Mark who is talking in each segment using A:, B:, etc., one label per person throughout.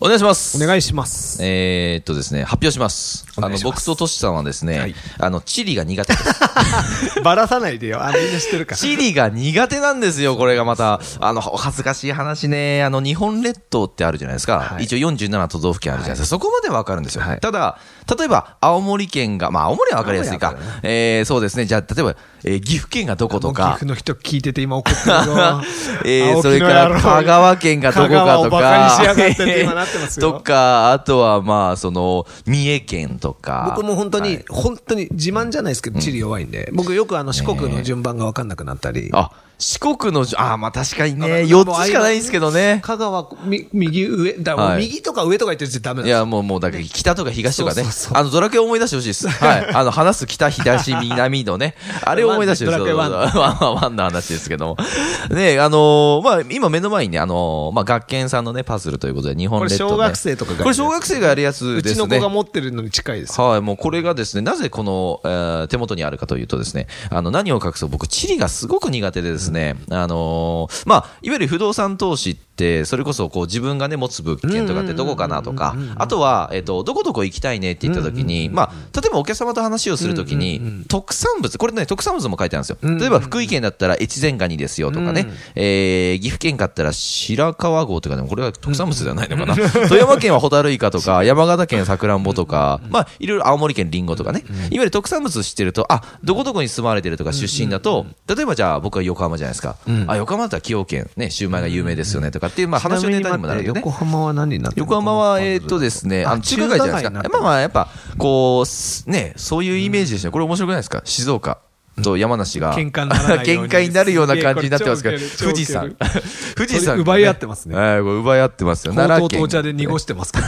A: お願いします。
B: お願いします。
A: えーっとですね、発表します。あ
B: お願い
A: の、
B: します
A: 僕とトシさんはですね、
B: はい
A: あの、地理が苦手 です。
B: ばらさないでよ。あ、みんな知ってるか。
A: 地理が苦手なんですよ、これがまた。あの、お恥ずかしい話ね、あの、日本列島ってあるじゃないですか。
B: はい
A: 一応47都道府県あるじゃないですか。そこまでわかるんですよ。
B: はい
A: ただ、例えば、青森県が、まあ、青森はわかりやすいか。
B: 青森はわ
A: えーそうですね。じゃあ、例えば、えー岐阜県がど こと
B: もう
A: か。
B: 岐。阜の人聞いてて今怒ってるよ
A: えー、
B: 青木
A: そ
B: の
A: れか
B: 野
A: ら
B: 郎
A: 香川県がどこ
B: 香川
A: か
B: を
A: と
B: バカにしや
A: か
B: がってって今なってま、す よ
A: とか、あとはまあ、その、三重県とか。
B: 僕も本当に、
A: はい
B: 本当に自慢じゃないですけど、地理弱いんで、僕よくあの四国の順番が分かんなくなったり、
A: あ、四国のじ、あー、まあ確かに
B: あ
A: ね、
B: の
A: 4つしかないんですけどね。
B: 香川、み右上、だからもう
A: はい
B: 右とか上とか言ってるダメなん
A: い
B: ですよ。
A: や、もう、もう、だから、北とか東とかね
B: そうそう。そう
A: あの、ドラクエ思い出してほしい です。はい。あの、話す北、東、南のね。あれを思い出してほしいです。
B: ドラク エワン
A: ワンワンワンの話ですけども。ねあのーまあ、今目の前にね、あのーまあ、学研さんのね、パズルということで、日本
B: これ
A: 列島、ね。
B: 小学生とかがやる
A: これ小学生がやるやつ
B: う
A: です
B: ち
A: ね。
B: の子が持ってるのに近いですよ。
A: はい、もうこれがですね、なぜこの、えー手元にあるかというとですね、あの、何を隠そう、僕、地理がすごく苦手でですね、あのーまあ、いわゆる不動産投資って、それこそ、こう、自分がね、持つ物件とかってどこかなとか、あとは、えっ、と、どこどこ行きたいねって言った時に、まあ、例えばお客様と話をするときに、特産物、これね、特産物も書いてあるんですよ。例えば、福井県だったら越前ガニですよとかね、えー岐阜県だったら白川郷とかでも、これは特産物じゃないのかな。 富山県はホタルイカとか、山形県さくらんぼとか、まあ、いろいろ青森県りんごとかね、いわゆる特産物知ってると、あ、どこどこに住まれてるとか出身だと、例えばじゃあ僕は横浜じゃないですか。あ、横浜だったら崎陽軒、ね、シューマイが有名ですよねとかっていう、まあ話のネタにもなるよね
B: ちなみに待って横。浜は何になってるの
A: 横浜は、えーっとですね、あの
B: あ
A: 中華街じゃないですか。
B: 中華街になってる
A: まあまあ、やっぱ、こうす、ね、そういうイメージですね。これ面白くないですか静岡。と山梨が
B: 喧嘩にならないよう に
A: 喧嘩になるような感じになってますけど、
B: いやこれ超ウ
A: 富
B: ケ
A: 士
B: る
A: 山
B: 超ウケ、
A: 富士山がね、
B: 奪い合ってますね
A: はい、これ奪い合ってますよ。
B: ほう
A: 奈
B: と
A: 良
B: う
A: 県。
B: 紅茶で濁してますから。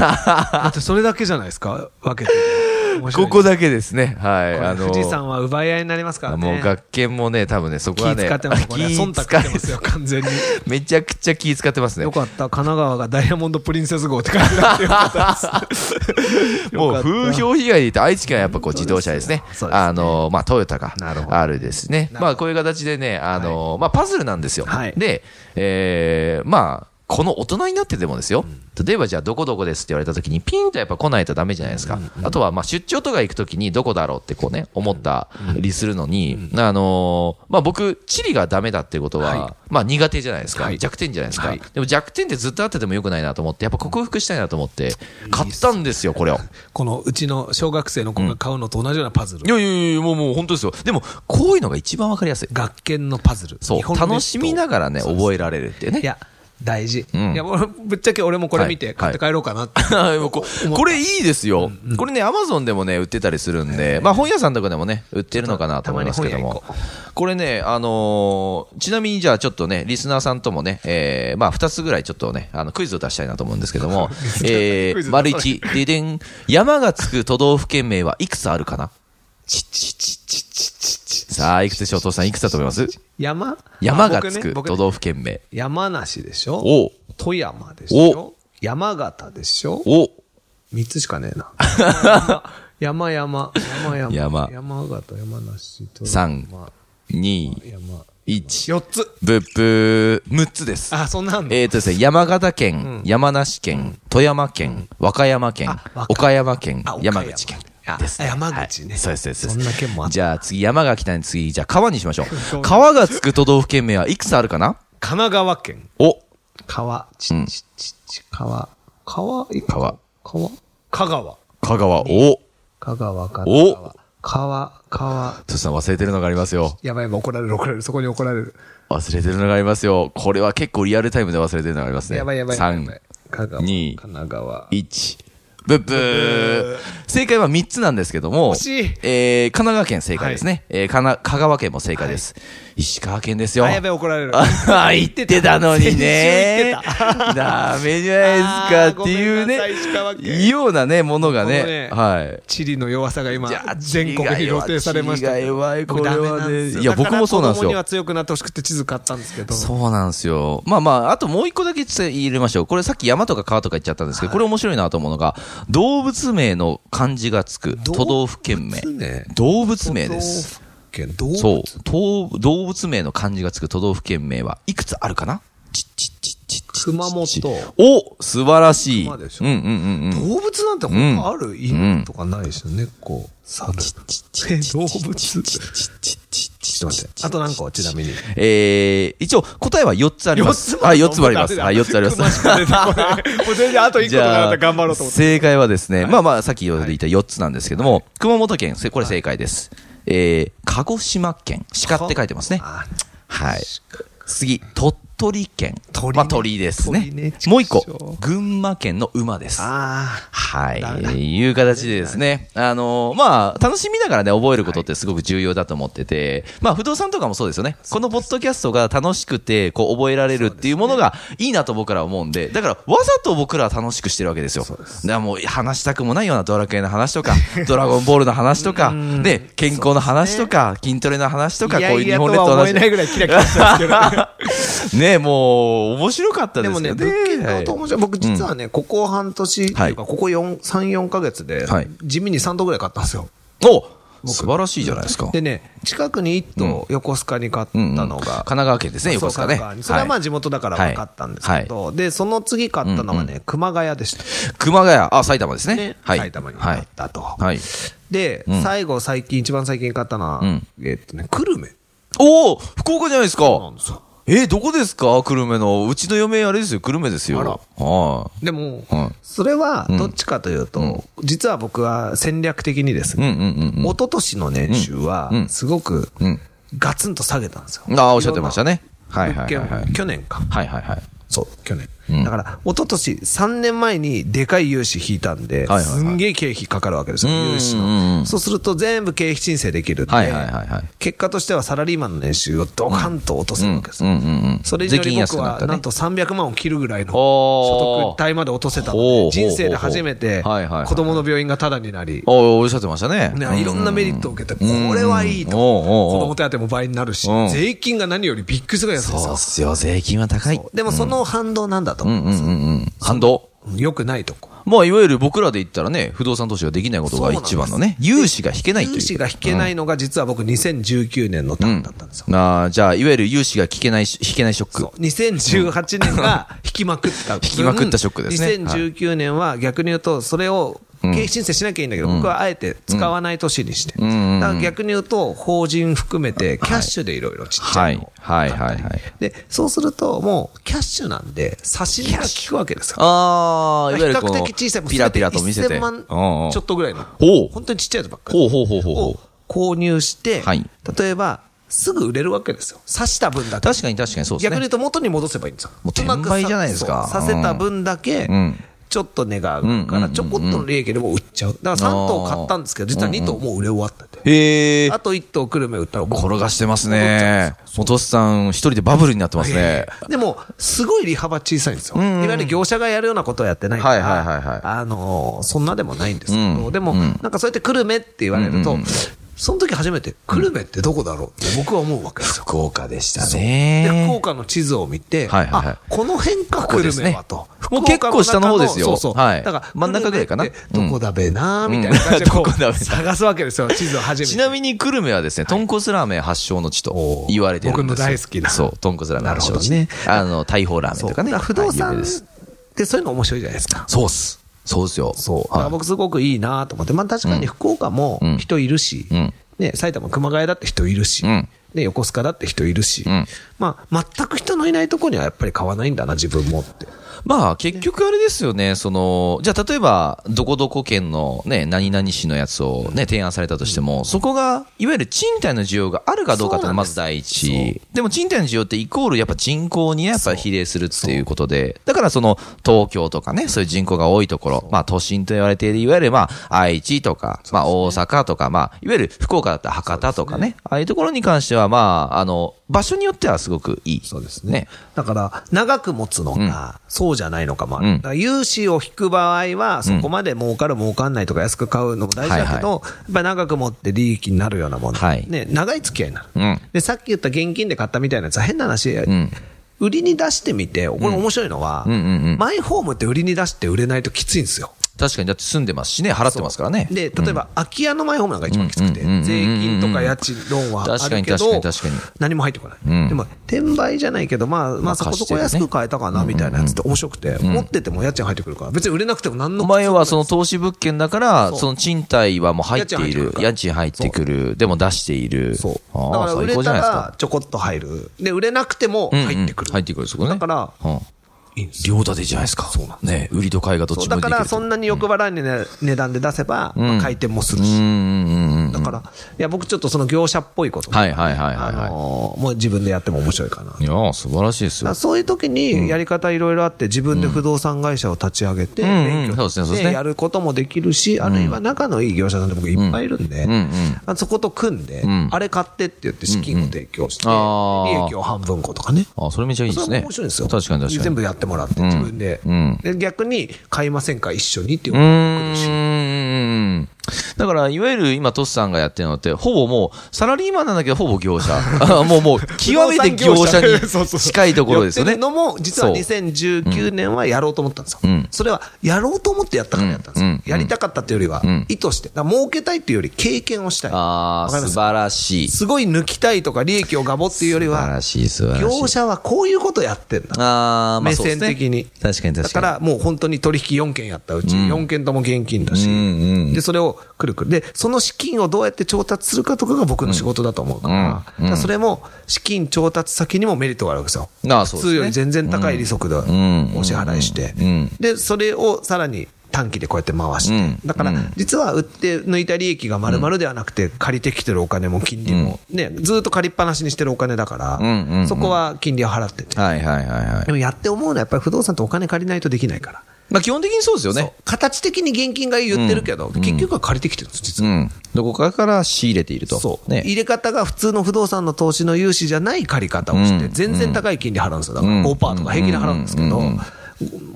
B: だってそれだけじゃないですか、分けて。面白い
A: ここだけですね。はい。
B: これ
A: あの、
B: 富士山は奪い合いになりますからね。
A: もう学研もね、多分ね、そこは
B: 気
A: ね、
B: 使ってます。これは
A: 気
B: 忖度
A: 使
B: してますよ、 完全に。
A: めちゃくちゃ気使ってますね
B: よ。かった。神奈川がダイヤモンドプリンセス号って感じだってよかったです
A: もう風評被害で言って、愛知県はやっぱこう自動車ですね。
B: そうですね
A: あの、まあトヨタが
B: なるほど
A: あるですね。
B: るほど
A: まあこういう形でね、あの、まあパズルなんですよ
B: はい。
A: で、えーまあ、この大人になっててもですよ。例えばじゃあどこどこですって言われた時にピンとやっぱ来ないとダメじゃないですか。あとはまあ出張とか行く時にどこだろうってこうね、思ったりするのに、あのー、まあ僕、地理がダメだっていうこと
B: は
A: は、まあ苦手じゃないですか
B: は。い
A: 弱点じゃないです
B: は
A: か
B: い。
A: でも弱点ってずっとあっててもよくないなと思って、やっぱ克服したいなと思って、買ったんですよ、これを。
B: このうちの小学生の子が買うのと同じようなパズル。
A: いやいやいや、もうもう本当ですよ。でも、こういうのが一番わかりやすい。
B: 学研のパズル。
A: そ
B: 日本
A: う。
B: 列島
A: 楽しみながらね、覚えられるっていうね。
B: いや、大事。
A: ん
B: いや、俺ぶっちゃけ俺もこれ見
A: は
B: て
A: い
B: 買って帰ろうかなって。
A: はい もうここれいいですよ、これね、アマゾンでもね、売ってたりするんで、まあ本屋さんとかでもね、売ってるのかなと思いますけど
B: たまに
A: も
B: 本屋、
A: これね、あのーちなみにじゃあちょっとね、リスナーさんともね、えーまあ2つぐらいちょっとね、あのクイズを出したいなと思うんですけども、え
B: クイ
A: ー、
B: ズ出さな
A: 丸
B: い
A: 一、ででん、山がつく都道府県名はいくつあるかな
B: チッチッチッチッチッチッチッ
A: さあ、いくつでしょう、お父さん、いくつだと思います
B: 山
A: 山がつく
B: 僕ね僕
A: 都道府県名。
B: 山梨でしょ
A: おう
B: 富山でしょ山形でしょ
A: お
B: 三つしかね えな。山山、山山、
A: 山
B: 山形、山梨、富
A: 三
B: 山、
A: 2、
B: 山。
A: 1、
B: 四つ。
A: ブッブー、6つです。
B: あ、そんなんだ。
A: えーとですね、山形県、山梨県、富山県、和歌山県
B: あ和、歌
A: 岡山県
B: あ、岡山
A: 山口県
B: あ
A: ですね。
B: 山口ね
A: はいそうです、そうです。
B: そんな県もあった
A: じゃあ次、山が来たに次、じゃあ川にしましょ
B: そう
A: う。川がつく都道府県名はいくつあるかな
B: 神奈川県。
A: お、
B: 川。ち
A: ん
B: ちちち、川。川、い
A: 川。
B: 川香川。
A: 香川、お、
B: 香川、神
A: お
B: 奈川。川、川。
A: とさん忘れてるのがありますよ。
B: やばいやばい、怒られる、怒られる。そこに怒られる。
A: 忘れてるのがありますよ。これは結構リアルタイムで忘れてるのがありますね。
B: やばいやばい。やば
A: 3
B: い、香川。
A: 二
B: 神奈川。
A: 1、ブッブー。正解は3つなんですけども、
B: 惜しい
A: えー神奈川県正解ですね。えーかな香川県も正解です。石川県ですよ。
B: あやべ怒られる
A: あ言ってたのにね
B: 先週言って。た
A: ダメじゃないですかっていうね
B: あーごめんなさい石川、県
A: いいようなね、ものが
B: このね
A: ね、はい。
B: 地理の弱さが今
A: じゃあ、
B: 全国に露呈されましたけど。
A: 地理が弱いこれはね
B: 僕ダメなんですよ
A: いや僕もそうなんですよ
B: だから子供には強くなってほしくて地図買ったんですけど。
A: そうなんですよ。まあまあ、あともう一個だけ入れましょう。これさっき山とか川とか言っちゃったんですけど、これ面白いなと思うのが、動物名の漢字がつく
B: 動物
A: 都道府県名。
B: 名
A: 動物名です。。
B: 動物
A: そう。と動物名の漢字がつく都道府県名はいくつあるかなちちちちち
B: 熊本。
A: お素晴らしい。うん
B: 熊
A: うん
B: でしょ
A: うんうん。
B: 動物なんて他ある犬とかないですよね。こう、猿。 え動物。ちょっと待って。あと何個ちなみに。
A: えー、一応答えは4つあります。はい、4つもあります。はい、4つあります。
B: もう全然あと1個と かだったら頑張ろうと思って。
A: 正解はですね、まあまあ、さっき言った4つなんですけども、熊本県、せこれ正解です。えー、鹿児島県、鹿って書いてますね。
B: あ
A: はい。次、鳥取県。
B: 鳥ね
A: まあ、鳥ですね。
B: 鳥ね
A: もう一
B: 畜
A: 個
B: 生、
A: 群馬県の馬です。
B: あ
A: はい
B: ダメだ。
A: いう形でですね。あのーまあ、楽しみながらね、覚えることってすごく重要だと思ってて、まあ、不動産とかもそうですよね。このポッドキャストが楽しくて、こう、覚えられるっていうものがいいなと僕らは思うんで、だから、わざと僕らは楽しくしてるわけですよ。だからもう、話したくもないようなドラクエの話と か、ドラゴンボールの話とか、で、健康の話とか、筋トレの話と
B: あ。
A: か、
B: い
A: こ
B: や
A: ういう
B: い
A: 日
B: やと
A: 本列島の
B: は思え
A: 話
B: ないぐらいキラキラしてますけど。
A: ねもう、面白かったで
B: ですも
A: よ
B: ね、
A: ね。
B: 物件の
A: はい
B: 音面白い。僕実はね、ここ半年、って
A: はい
B: いうかここ4、3、4ヶ月で
A: はい、
B: 地味に3棟ぐらい買ったんですよ。
A: お素晴らしいじゃないですか。
B: でね、近くに1棟横須賀に買った
A: うんうん
B: の
A: 神
B: が、
A: 奈川県ですね、横須賀ね
B: そう神奈川。にそれはまあ
A: い
B: 地元だから分かったんですけど、で、その次買ったのがね、熊谷でした。
A: 熊谷、あ、埼玉ですね。
B: ね、
A: はい。
B: 埼玉に買ったと。
A: はい。はい。
B: で、最後最近、一番最近買ったのは、
A: うん
B: えっとね、久留米
A: おお福岡じゃないです
B: な
A: か
B: んですよ。
A: えー、どこですか久留米の。うちの嫁、あれですよ、久留米ですよ。
B: あら
A: は
B: でも、
A: はい
B: それはどっちかというと、実は僕は戦略的にで
A: い。
B: す
A: うん
B: ね、
A: うんうんうん。
B: 一昨年の年収は
A: うんう、ん
B: すごく
A: うん、
B: ガツンと下げたんですよ。
A: ああ、おっしゃってましたね。はい
B: 物
A: はい
B: 件
A: はいはい。
B: 去年か。
A: はいはいはい。
B: そう、去年。
A: うん
B: だから、一昨年3年前にでかい融資引いたんで、
A: はいはいはい
B: すんげえ経費かかるわけですよ、
A: うん
B: 融資
A: うんう
B: の。
A: ん
B: そうすると全部経費申請できるんで、
A: はいはいはいはい
B: 結果としてはサラリーマンの年収をドカンと落とせ
A: う
B: る
A: ん
B: わけです
A: う
B: よ。
A: んうんうん。
B: それにより僕は
A: 税金安く
B: な
A: なんった
B: と
A: ね。
B: 300万を切るぐらいの
A: おー
B: 所得帯まで落とせた
A: ほうほうほ
B: ので、
A: う
B: 人生で初めて
A: はいはいはい
B: 子供の病院がタダになり、
A: おーおっしゃってましたね。
B: ねいろんなメリットを受けて、これはいいと。
A: うんおうおうおう
B: 子供手当も倍になるし
A: うん、
B: 税金が何よりびっくりするぐらい安いんです
A: そう
B: よ
A: っ。すよ、税金は高い。
B: でもその反動なんだと
A: う
B: 思
A: ん
B: うん
A: う
B: です
A: んうんうん。感動。
B: よくないとこ。
A: まあ、いわゆる僕らで言ったらね、不動産投資ができないことが一番のね、融資が引けないという。
B: 融資が引けないのが、実は僕、2019年のターンだったんですよ。
A: あーじゃあ、いわゆる融資が聞けないし、引けないショック。
B: 2018年が引きまくった分。
A: 引きまくったショックですね
B: 2019年は逆に言うと、それを経費申請しなきゃいいんだけど、僕はあえて使わない年にして。だ
A: ん
B: から逆に言うと、法人含めて、キャッシュでいろいろちっちゃ
A: はいい
B: のを。。
A: はい、はい、はい。
B: で、そうすると、もう、キャッシュなんで、差し値が効くわけですよ。
A: ああ、いわゆるこ
B: 比
A: の
B: 較的小さい、もう
A: ピラピラと見せて。
B: 1000万
A: うんうん
B: ちょっとぐらいの。
A: ほう
B: 本当にちっちゃいやつばっかり。
A: ほうほうほうほうほ
B: を
A: う。
B: 購入して、
A: はい
B: 例えば、すぐ売れるわけですよ。刺した分だけ。
A: 確かに確かにそうです
B: 逆
A: ね。
B: に言うと元に戻せばいいんですよ。
A: もう転
B: まくさ
A: 売じゃないですか
B: そう刺せた分だけ
A: うん、
B: ちょっと値が上がるか
A: う
B: ら、
A: ん
B: ちょこっとの利益でもう売っちゃう。だから3頭買ったんですけど、実は2頭もう売れ終わってて。
A: へえ
B: あ。と1頭久留米売ったらもう
A: 転がしてますね。お父さん、一人でバブルになってますね。
B: でも、すごい利幅小さいんですよ。いわゆる業者がやるようなことはやってないから、
A: はいはいはいはい
B: あのーそんなでもないんですけど、
A: うん
B: でも、なんかそうやって久留米って言われると、その時初めて、久留米ってどこだろうって僕は思うわけですよ。
A: 福岡でした
B: で
A: ね。
B: 福岡の地図を見て、
A: はいはいはい
B: あこの辺か、
A: こ
B: 久
A: で
B: 留
A: す
B: 米
A: ね
B: はと。
A: もう結構下の方ですよ
B: 福岡の中のそうそう。
A: はい
B: だから、
A: 真ん中ぐらいかな
B: 久留米ってどこだべなーみたいな感じでこ
A: う
B: う、
A: ん どこだべな
B: 探すわけですよ、地図を初めて。
A: ちなみに久留米はですね、豚骨ラーメン発祥の地と
B: おー
A: 言われてるんですよ
B: 僕の大好きな
A: そう、豚骨ラーメン発祥の地。
B: なる
A: ね。あの、大砲ラーメン
B: そう
A: とかね。
B: だら不動
A: はい有
B: 産
A: 名
B: っ
A: です
B: てそういうの面白いじゃないですか。
A: そうっす。そうですよ。
B: そう。だか
A: は
B: ら
A: い
B: 僕すごくいいなと思って。まあ確かに福岡も
A: うん
B: 人いるし、
A: うん
B: ね、埼玉熊谷だって人いるし、
A: うん
B: ね、横須賀だって人いるし、
A: ん
B: まあ全く人のいないとこにはやっぱり買わないんだな、自分もって。
A: まあ、結局あれですよね、その、じゃあ例えば、どこどこ県のね、何々市のやつをね、提案されたとしても、そこが、いわゆる賃貸の需要があるかどうかってのがまず第一。でも賃貸の需要ってイコールやっぱ人口にやっぱ比例するっていうことで、だからその、東京とかね、そういう人口が多いところ、まあ都心と言われている、いわゆるまあ、愛知とか、まあ大阪とか、まあ、いわゆる福岡だったら博多とかね、ああいうところに関しては、まあ、あの、場所によってはすごくいい。
B: そうですね。だから、長く持つのか、そうじゃないのかもある。
A: うん
B: だから融資を引く場合は、そこまで儲かる儲かんないとか安く買うのも大事だけど、やっぱり長く持って利益になるようなもの。
A: はい
B: ね、長い付き合いになる。
A: うん
B: で、さっき言った現金で買ったみたいなやつは変な話、
A: ん
B: 売りに出してみて、これ面白いのは、
A: うんうんうん
B: マイホームって売りに出して売れないときついんですよ。
A: 確かに、だって住んでますしね、払ってますからね。
B: で、例えば、空き家のマイホームなんか一番きつくて
A: うんうんうんうんう、ん
B: 税金とか家賃、ローンはあるけど
A: 確かに確かに確かに、
B: 何も入ってこ
A: う
B: ない。
A: ん
B: でも、転売じゃないけど、まあ、ま
A: まあ
B: あそこ
A: 貸し
B: そこ
A: て
B: 安
A: るね
B: く買えたかな、みたいなやつって面白くて、持ってても家賃入ってくるから、別に売れなくても何の
A: お前はその投資物件だから、その賃貸はもう入っている。
B: 家
A: 家賃入ってくる。でも出している。
B: そう。だ
A: あ
B: か
A: あ、
B: ら売
A: 最
B: れ
A: 高じ
B: た
A: ゃないです
B: ら
A: か。
B: ちょこっと入る。で、売れなくても入ってく
A: うんう
B: る
A: ん。入ってくる、そこね。
B: だから
A: うん、
B: いいんですよ
A: 両立てじゃないですか。そうなんね売りと買いがどっ
B: そう
A: ちも
B: だ
A: でき
B: か
A: る。
B: ら、そんなに欲張らないね値段で出せば、まあ回転もする
A: うん
B: し。
A: うんうんうん。
B: だから、いや、僕ちょっとその業者っぽいこと。
A: はいはいはいは
B: あ
A: いは
B: のーもう自分でやっても面白いかな。
A: い。いやー素晴らしいです
B: だ
A: よ
B: から。そういう時にやり方いろいろあって、自分で不動産会社を立ち上げて、
A: うん
B: 勉
A: うんそう
B: 強
A: ですねそうで
B: し
A: す
B: て
A: ね
B: やることもできるし、あるいは仲のいい業者さんって僕いっぱいいるんで
A: うんうん、
B: あそこと組んで
A: ん、
B: あれ買ってって言って資金を提供して、
A: うんあー
B: 利益を半分こうとかね。
A: あ、それめちゃいいで
B: そ
A: す
B: れ
A: ね。
B: も面白いんですよ。
A: 確かに確かに。
B: 全部やってもらって、自分で
A: うん。
B: で逆に、買いませんか一緒にっていう
A: う
B: ことも来るし。
A: ーん。だから、いわゆる今、トスさんがやってるのって、ほぼもう、サラリーマンなんだけど、ほぼ業者。 あもう、もう、極めて業者 に近いところですよ
B: や
A: ね
B: って。るのも、実は
A: そう
B: 2019年はやろうと思ったんですよ。
A: ん
B: それは、やろうと思ってやったからやったんですよ。
A: うんうん
B: やりたかったというよりは、
A: ん
B: 意図して。だから儲けたいというより、経験をしたい。
A: あ
B: わか
A: あ、
B: りま
A: 素
B: す
A: 晴らしい。素
B: すごい抜きたいとか、利益をガボっていうより
A: 晴
B: は
A: ら、しい、素晴らしい。
B: 業者はこういうことやってんだ。
A: あーまあ、
B: 目
A: そうです
B: 線
A: ね
B: 的に。
A: 確かに確かに。
B: だから、もう本当に取引4件やったうち、4件とも現金だし、
A: うんうん
B: で、それをくるくる。で、その資金をどうやって調達するかとかが僕の仕事だと思うから、だからそれも、資金調達先にもメリットがあるわけですよ。
A: なあ、そうですね
B: 普通より全然高い利息で
A: ん
B: お支払いして
A: うん、
B: で、それをさらに短期でこうやって回して、だから、実は売って抜いた利益が丸々ではなくて、借りてきてるお金も金利も、ね、ずっと借りっぱなしにしてるお金だか
A: んうんう
B: ら、
A: ん
B: そこは金利を払ってて。
A: はいはいはいはい
B: で。もやって思うのは、やっぱり不動産ってお金借りないとできないから。
A: まあ、基本的にそうですよね。
B: 形的に現金がいい言ってるけど、結局は借りてきてるんです、実
A: う
B: は。
A: ん。どこかから仕入れていると。
B: そう、
A: ね。
B: 入れ方が普通の不動産の投資の融資じゃない借り方をして、
A: うん
B: 全然高い金利払うんですよ、だから5%とか平気で払うんですけど、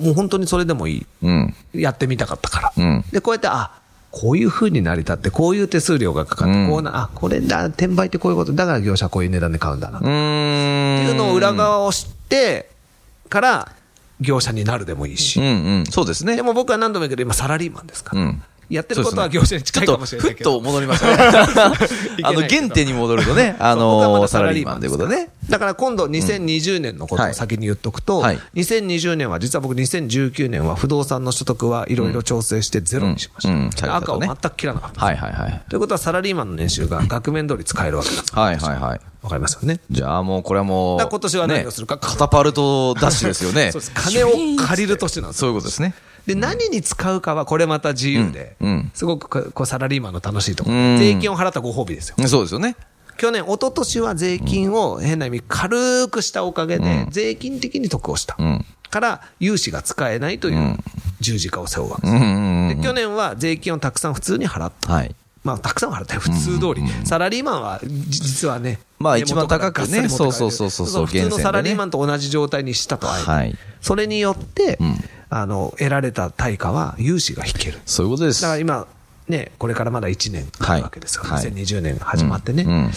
B: もう本当にそれでもい
A: うん。
B: い、やってみたかったから、
A: うん
B: でこうやって、あこういう風になりたって、こういう手数料がかかって、こうな、あこれだ、転売ってこういうこと、だから業者はこういう値段で買うんだな、
A: うーん。
B: っていうのを裏側を知ってから、業者になるでもいいし、
A: うんうん。そうですね
B: で。も僕は何度も言うけど、今、サラリーマンですから、
A: うん
B: やってることは業者に近いかもしれ ないけ
A: ふっと
B: ど、
A: 戻りましたね。あの、
B: いけないけど
A: 原点に戻ると ね、あ
B: 僕はま
A: の、
B: だ
A: サラリーマンということでね。。
B: だから今度2020年のことを先に言っとくと、
A: うんはい
B: 2020年は実は僕2019年は不動産の所得はいろいろ調整してゼロにしました。
A: うんうんうん
B: 赤を全く切らなかった。
A: はいはいはい。
B: ということはサラリーマンの年収が額面通り使えるわけです。
A: はいはいはい。
B: わかりますよね。
A: じゃあもうこれはもう、
B: だから今年は何をするか
A: ねカタパルトダッシュですよね。
B: そうです。金を借りる年なんですよ
A: そういうことですね。
B: で、何に使うかはこれまた自由で
A: うんうん、
B: すごくこうこうサラリーマンの楽しいとこ
A: う
B: ろ。
A: ん
B: 税金を払ったご褒美ですよ。
A: そうですよね。
B: 去年、一昨年は税金を変な意味軽くしたおかげで、税金的に得をした。
A: ん
B: から、融資が使えないという十字架を背負うわけ
A: う
B: で
A: んう
B: す。
A: んうん。
B: で去年は税金をたくさん普通に払った。
A: はい。
B: まあ、たくさん払ったよ。普通通り。サラリーマンは、じ実はね。
A: まあ
B: 根元から
A: 一番高くね
B: ガッサリ持って
A: そ
B: かれてる
A: うそうそうそう
B: 普通
A: 厳選
B: の
A: でね
B: サラリーマンと同じ状態にしたとあえて。
A: はい
B: それによって、あの、得られた対価は、融資が引ける。
A: そういうことです。
B: だから今、ね、これからまだ1年あるわけですよ、
A: はい
B: 2020年が始まってね、
A: うんうん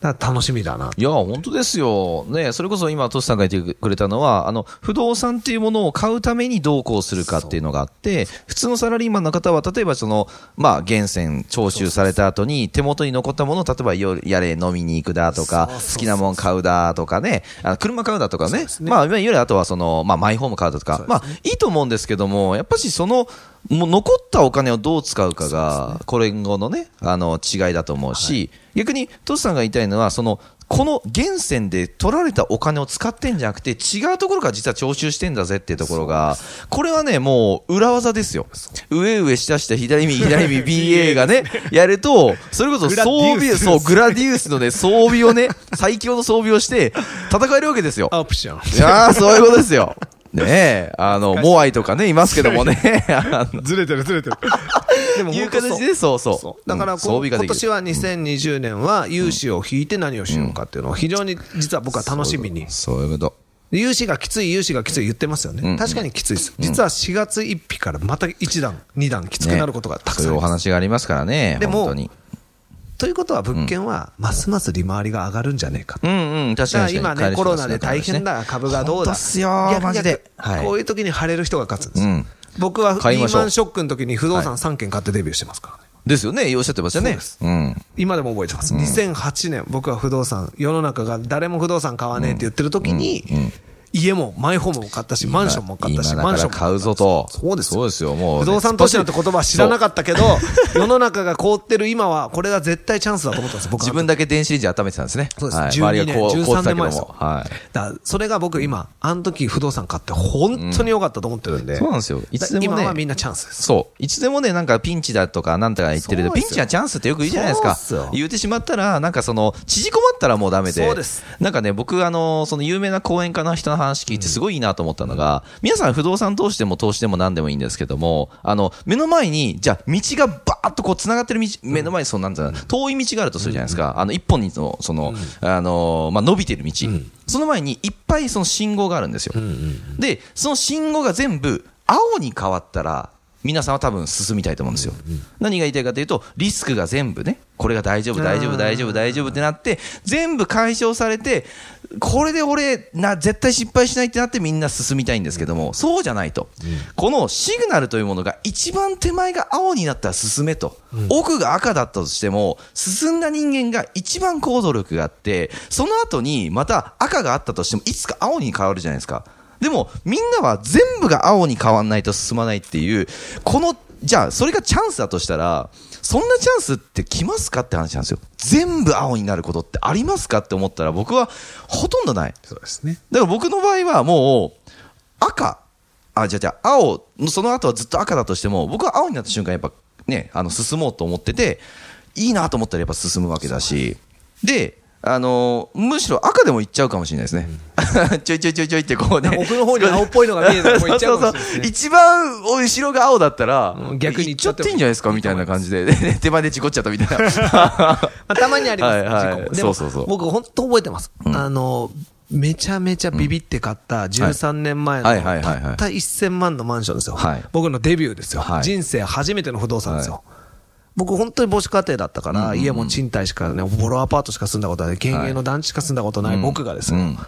B: だから楽しみだな、
A: いや、本当ですよ。ねそれこそ今、トシさんが言ってくれたのは、あの、不動産っていうものを買うためにどうこうするかっていうのがあって、普通のサラリーマンの方は、例えばその、まあ、源泉徴収された後に、手元に残ったものを、例えば夜、やれ飲みに行くだとか、
B: そうそうそう
A: 好きなもん買うだとかね、あの車買うだとかね、
B: ね
A: まあ、いわゆるあとはその、まあ、マイホーム買うだとか、まあ、いいと思うんですけども、やっぱしその、もう残ったお金をどう使うかが、これ後のね、あの、違いだと思うし、逆に、トシさんが言いたいのは、その、この源泉で取られたお金を使ってんじゃなくて、違うところから実は徴収してんだぜっていうところが、これはね、もう裏技ですよ。上上下下左右左 右 BA がね、やると、それこそ装備、そう、グラディウスの ね、装備をね、最強の装備をして、戦えるわけですよ。
B: オプション。
A: いやー、そういうことですよ。ねえ、あの、モアイとかね、いますけどもね、 あの、
C: ずれてるずれて る。
B: でも
A: いう
B: 本当そう
A: 形で、そうそう
B: そ。うだから
A: うん装
B: こう
A: 備が
B: 今
A: できる
B: 年は2020年は融資を引いて何をしようかっていうのを非常に実は僕は楽しみに
A: そういうこと。
B: 融資がきつい融資がきつい言ってますよ
A: うん
B: ね確かにきついです実は4月1日からまた1段2段きつくなることがたくさん
A: ね
B: あ
A: そうい
B: り
A: うお
B: ます
A: 話がありますからね。
B: でも
A: 本当に
B: ということは物件はますます利回りが上がるんじゃねえか
A: うんうん、確
B: じゃ
A: か
B: あ
A: に。
B: 今
A: 確か
B: ね
A: に
B: コロナで大変。だ株がど
A: 本
B: うだ
A: 当っすよ
B: 逆
A: マジで
B: 逆
A: はい
B: こういう時に晴れる人が勝つんです
A: う
B: よ
A: ん
B: 僕はリ
A: 買いまし
B: ー
A: ょう
B: マンショックの時に不動産3軒買ってデビューしてますからね
A: ですよね、おっしゃってましたね。うん。
B: 今でも覚えてます、2008年、僕は不動産、世の中が誰も不動産買わねえって言ってる時に、家もマイホームも買ったし、マンションも買ったし、
A: 今
B: マ
A: だか
B: ンシ
A: ら
B: ョンも
A: 買うぞと。
B: そうですよ
A: そうですよ、もうね。
B: 不動産投資なんて言葉は知らなかったけど、世の中が凍ってる今は、これが絶対チャンスだと思ったんです、僕は
A: 自分だけ電子レンジ温めてたんですね。
B: そうです、
A: はい
B: 12
A: 周り
B: 年、
A: がこう凍
B: 13
A: ってたけ
B: 年
A: ど
B: 前
A: も
B: ですよ
A: はい。
B: だからそれが僕、今、あの時不動産買って、本当に良かったと思ってるんで、
A: そうなんですよいつでもね
B: 今はみんなチャンスです。
A: そう。いつでもね、なんかピンチだとか、なんとか言ってるけど、
B: そうで
A: ピン
B: すよ
A: チはチャンスってよく言うじゃないですか。
B: そうっすよ
A: 言ってしまったら、なんかその、縮こまったらもうダメで。
B: そうです
A: なんかね、僕、あの、その有名な講演家の人の話聞いて、すごいいいなと思ったのが、皆さん不動産投資でも投資でも何でもいいんですけども、あの、目の前に、じゃあ道がバーッとこう、繋がってる道、目の前に、そうなんだろうな遠い道があるとするじゃないですか。あの、一本にの、その、あの、まあ、伸びてる道。その前に、いっぱいその信号があるんですよ。で、その信号が全部、青に変わったら、皆さんは多分進みたいと思うんですよ。何が言いたいかというと、リスクが全部ね、これが大丈夫、大丈夫、大丈夫、大丈夫ってなって、全部解消されて、これで俺な、絶対失敗しないってなってみんな進みたいんですけども、そうじゃないと。このシグナルというものが一番手前が青になったら進めと。奥が赤だったとしても、進んだ人間が一番行動力があって、その後にまた赤があったとしても、いつか青に変わるじゃないですか。でも、みんなは全部が青に変わんないと進まないっていう、この、じゃあ、それがチャンスだとしたら、そんなチャンスって来ますかって話なんですよ。全部青になることってありますかって思ったら、僕はほとんどない。
B: そうですね。
A: だから僕の場合はもう、赤、あ、じゃじゃ青、その後はずっと赤だとしても、僕は青になった瞬間、やっぱね、あの、進もうと思ってて、いいなと思ったらやっぱ進むわけだし、で、あのむしろ赤でもいっちゃうかもしれないですね。 ちょいちょいちょいちょいってこうね。
B: 奥の方に青っぽいのが見えたらもう行っちゃうかもしれな
A: そうそうそ
B: いですね
A: う一番後ろが青だったら、
B: うん逆に
A: 行っちゃっていいんじゃないですかみたいな感じ で。で手前で事故っちゃったみたいな。
B: まあ、たまにあります、
A: はいはい
B: 事故もで
A: そう
B: も
A: そうそう
B: 僕、本当覚えてます、
A: ん
B: あの、めちゃめちゃビビって買った13年前の、
A: はいはいはいはい
B: たった1000万のマンションですよ、
A: はい
B: 僕のデビューですよ、
A: はい
B: 人生初めての不動産ですよ。僕、本当に母子家庭だったから、家も賃貸しかね、ボロアパートしか住んだことない、県営の団地しか住んだことない、僕がですよ、
A: うん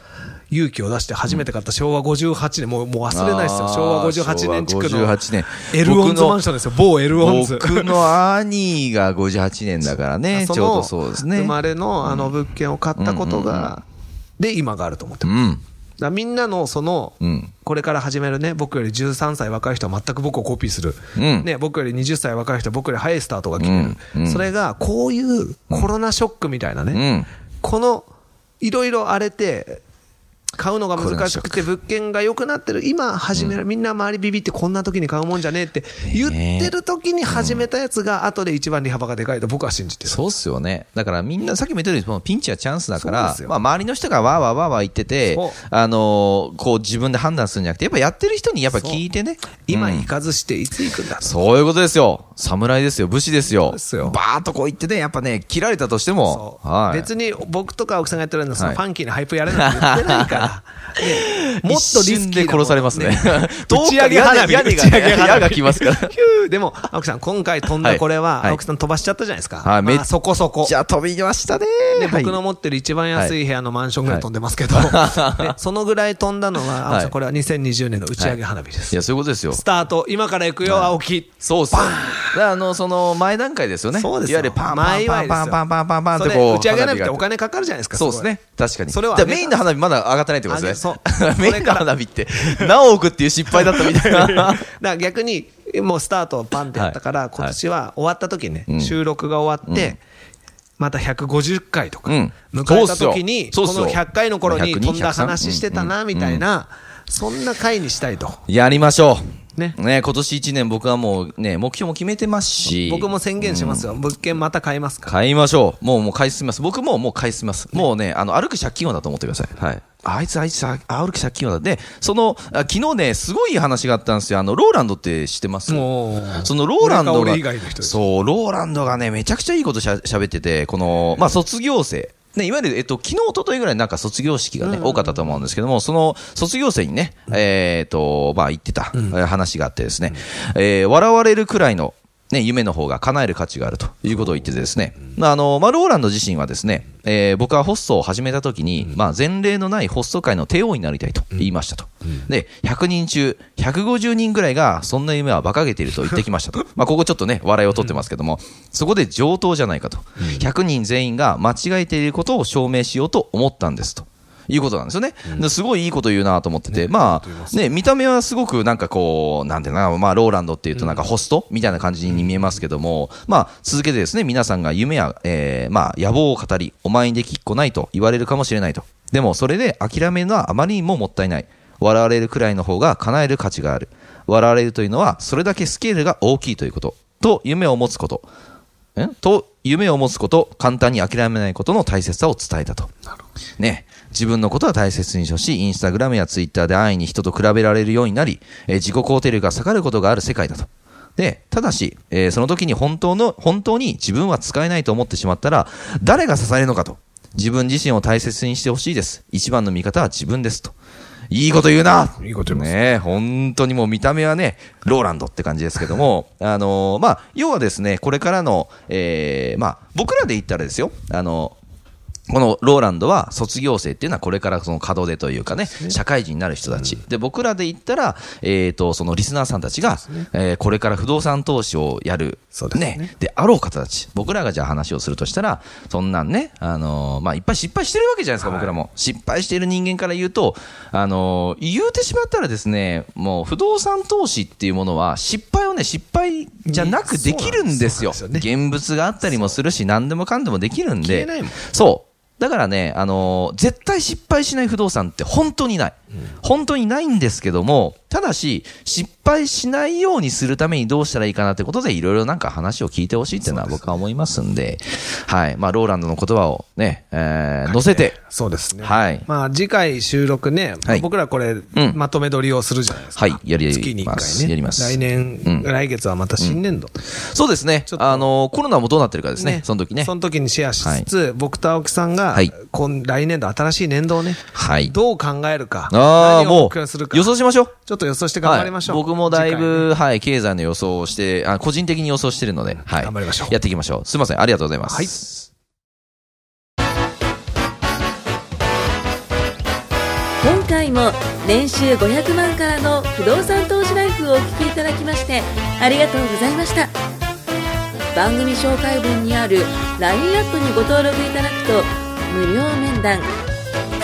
B: 勇気を出して初めて買った昭和58年、もうもう忘れないですよ、
A: あー
B: 昭和58年地区
A: 昭
B: の
A: 和58年
B: エルオンズマンションですよ、某エルオンズ。
A: 僕の兄が58年だからね、 ちょ
B: そう
A: ど
B: の
A: そうですね。
B: 生まれのあの物件を買ったことが、で、今があると思って
A: う
B: ます。だか
A: ん。
B: らみんなのその、
A: うん
B: これから始めるね、僕より13歳若い人は全く僕をコピーする、
A: うん
B: ね、僕より20歳若い人は僕より早いスタートが決める、
A: うんうん
B: それがこういうコロナショックみたいなね、
A: うん。
B: このいろいろ荒れて、買うのが難しく
A: コロナショ
B: て、物件が良くなってる、今始める、みんな周りビビって、こんな時に買うもんじゃねえって言ってる時に始めたやつが、後で一番利幅がでかいと僕は信じてる。
A: そうっすよね。だからみんな、さっきも言ったようにその、ピンチはチャンスだから
B: そうです、よ
A: まあ周りの人がわーわーわーわー言ってて
B: そう、
A: あのー、こう自分で判断するんじゃなくて、やっぱやってる人にやっぱ聞いてね。
B: 今
A: うん
B: 行かずしていつ行くんだと
A: そういうことですよ。侍ですよ。武士ですよ。
B: ですよ
A: バーっとこう言ってね、やっぱね、切られたとしても
B: そ。う
A: はい。
B: 別に僕とか奥さんがやってるのはそ
A: は
B: の
A: い
B: ファンキーなハイプやれなんて言ってな いから、ねもっとリスキーなもん
A: 一瞬で殺されますね。
B: 打ち上げ花火
A: 屋根
B: 打ち上げ花火
A: が来 ますから。
B: ヒューでも青木さん今回飛ん
A: は
B: だ
A: い
B: これは
A: はい
B: 青木さん飛ばしちゃったじゃないですか、
A: はいめ
B: まあ、そこそこ
A: じゃあ飛びましたね。
B: ね、僕
A: は
B: の
A: い
B: 持ってる一番安い部屋のマンションぐらい飛んでますけど、ねそのぐらい飛んだの
A: は
B: は、青木さ
A: い
B: ん、これは2020年の打ち上げ花火です。
A: いや、そういうことですよ。
B: スタート、今から行くよ、青木。
A: そうっすよ。だからあの、その前段階ですよね。
B: そうですよ
A: いわゆるパンパンパンパンパンパンパンパン
B: そ
A: って
B: れ
A: こう。
B: 打ち上げ花火って
A: 花
B: お
A: 火が
B: 金かかるじゃないですか。
A: そうです
B: ごい
A: ね。。確かに。
B: それは
A: だからメインの花火まだ上がってないってことですね
B: 上げ。そう
A: メインの花火って何億っていう失敗だったみたいな。
B: だから逆に、もうスタートをパンってやったから、
A: はい
B: 今年は終わった時ね、
A: ん
B: 収録が終わって、また150回とか、
A: うん
B: 迎えた時に、
A: そ
B: こ
A: うっすよ
B: の100回の頃に
A: 102
B: 飛んだ話してたな、
A: うん
B: みたいな、そんな回にしたいと。
A: やりましょう。
B: ね
A: ね、今年1年僕はもうね、目標も決めてますし。
B: 僕も宣言しますよ。物件また買いますから。
A: 買いましょう。もう、もう買い進みます。僕も、もう買い進みます。もうね、あの、歩く借金王だと思ってください。はい。あいつ、あいつ、あ歩く借金王だ。で、その、あ昨日ね、すごい話があったんですよ。あの、ローランドって知ってます
B: もう、
A: そのローランド
B: 俺
A: が
B: か俺以外の人、です
A: そう、ローランドがね、めちゃくちゃいいことしゃ喋ってて、この、まあ、卒業生。ね、いわゆる、えっと、昨日、一昨日ぐらいなんか卒業式がね、多かったと思うんですけども、その卒業生にね、えーっと、まあ、言ってたえー話があってですね、えー笑われるくらいの、ね、夢の方が叶える価値があるということを言っててですね、まああの、まあ、ローランド自身はですね、えー僕はホストを始めた時に、まあ、前例のないホスト界の帝王になりたいと言いましたと。で、100人中、150人ぐらいが、そんな夢は馬鹿げていると言ってきましたと。まあ、ここちょっとね、笑いを取ってますけども、そこで上等じゃないかと。100人全員が間違えていることを証明しようと思ったんですと。いうことなんですよね。ですごいいいこと言うなと思ってて、まあ、ね、見た目はすごくなんかこう、なんていうのかな、まあ、ローランドっていうとなんかホストみたいな感じに見えますけども、まあ、続けてですね、皆さんが夢や、えーまあ、野望を語り、お前にできっこないと言われるかもしれないと。でも、それで諦めるのはあまりにももったいない。笑われるくらいの方が叶える価値がある。笑われるというのは、それだけスケールが大きいということ。と、夢を持つこと。んと、夢を持つこと、簡単に諦めないことの大切さを伝えたと。ね、自分のことは大切にし、インスタグラムやツイッターで安易に人と比べられるようになり、えー自己肯定力が下がることがある世界だと。で、ただし、えーその時に本当の、本当に自分は使えないと思ってしまったら、誰が支えるのかと。自分自身を大切にしてほしいです。一番の味方は自分ですと。いいこと言うない
B: いこと言います
A: ねえ本当にもう見た目はね、ローランドって感じですけども、 あのーまあ、要はですね、これからの、えーまあ、僕らで言ったらですよ、あのこのローランドは卒業生っていうのはこれからその門出というかね、社会人になる人たち。で、僕らで言ったら、えっ、と、そのリスナーさんたちが、えーこれから不動産投資をやる、
B: そうですね
A: であろう方たち、僕らがじゃあ話をするとしたら、そんなんね、あのーまあ、いっぱい失敗してるわけじゃないですか、僕らも。失敗している人間から言うと、あのー言うてしまったらですね、もう不動産投資っていうものは、失敗をね、失敗じゃなくできるんですよ。
B: そうなんです
A: 現物があったりもするし、何でもかんでもできるん
B: 消
A: で
B: えないもん。
A: そう。だからね、あのー絶対失敗しない不動産って本当にない、本当にないんですけども、ただし、失敗しないようにするためにどうしたらいいかなってことで、いろいろなんか話を聞いてほしいっていうのは僕は思いますんで、はい。まあ、ローランドの言葉をね、えー載せて、
B: そうですね。
A: はい
B: まあ、次回収録ね、
A: はい
B: 僕らこれ、
A: ん
B: まとめ撮りをするじゃないですか。
A: はいやります
B: 月に一回ね。
A: やります
B: 来年、
A: うん
B: 来月はまた新年度。
A: そうですね
B: ちょっ、と
A: あのーコロナもどうなってるかですね、その時ね
B: そ。の時にシェアしつつ、僕と青木さんが、
A: はい
B: 今来年度、新しい年度をね、
A: はい。
B: どう考えるか、
A: ああ、
B: 何を
A: も
B: 目標にする
A: う、
B: か、
A: 予想しましょう。
B: ちょっと予想して頑張りましょう。
A: はい、僕もだい
B: 次回ね
A: ぶ、はい、経済の予想をして、あ個人的に予想してるので、はい。
B: 頑張りましょう
A: やっていきましょう。すいません。ありがとうございます。
D: 今回も年収500万からの不動産投資ライフをお聞きいただきましてありがとうございました番組紹介文にある LINE アップにご登録いただくと無料面談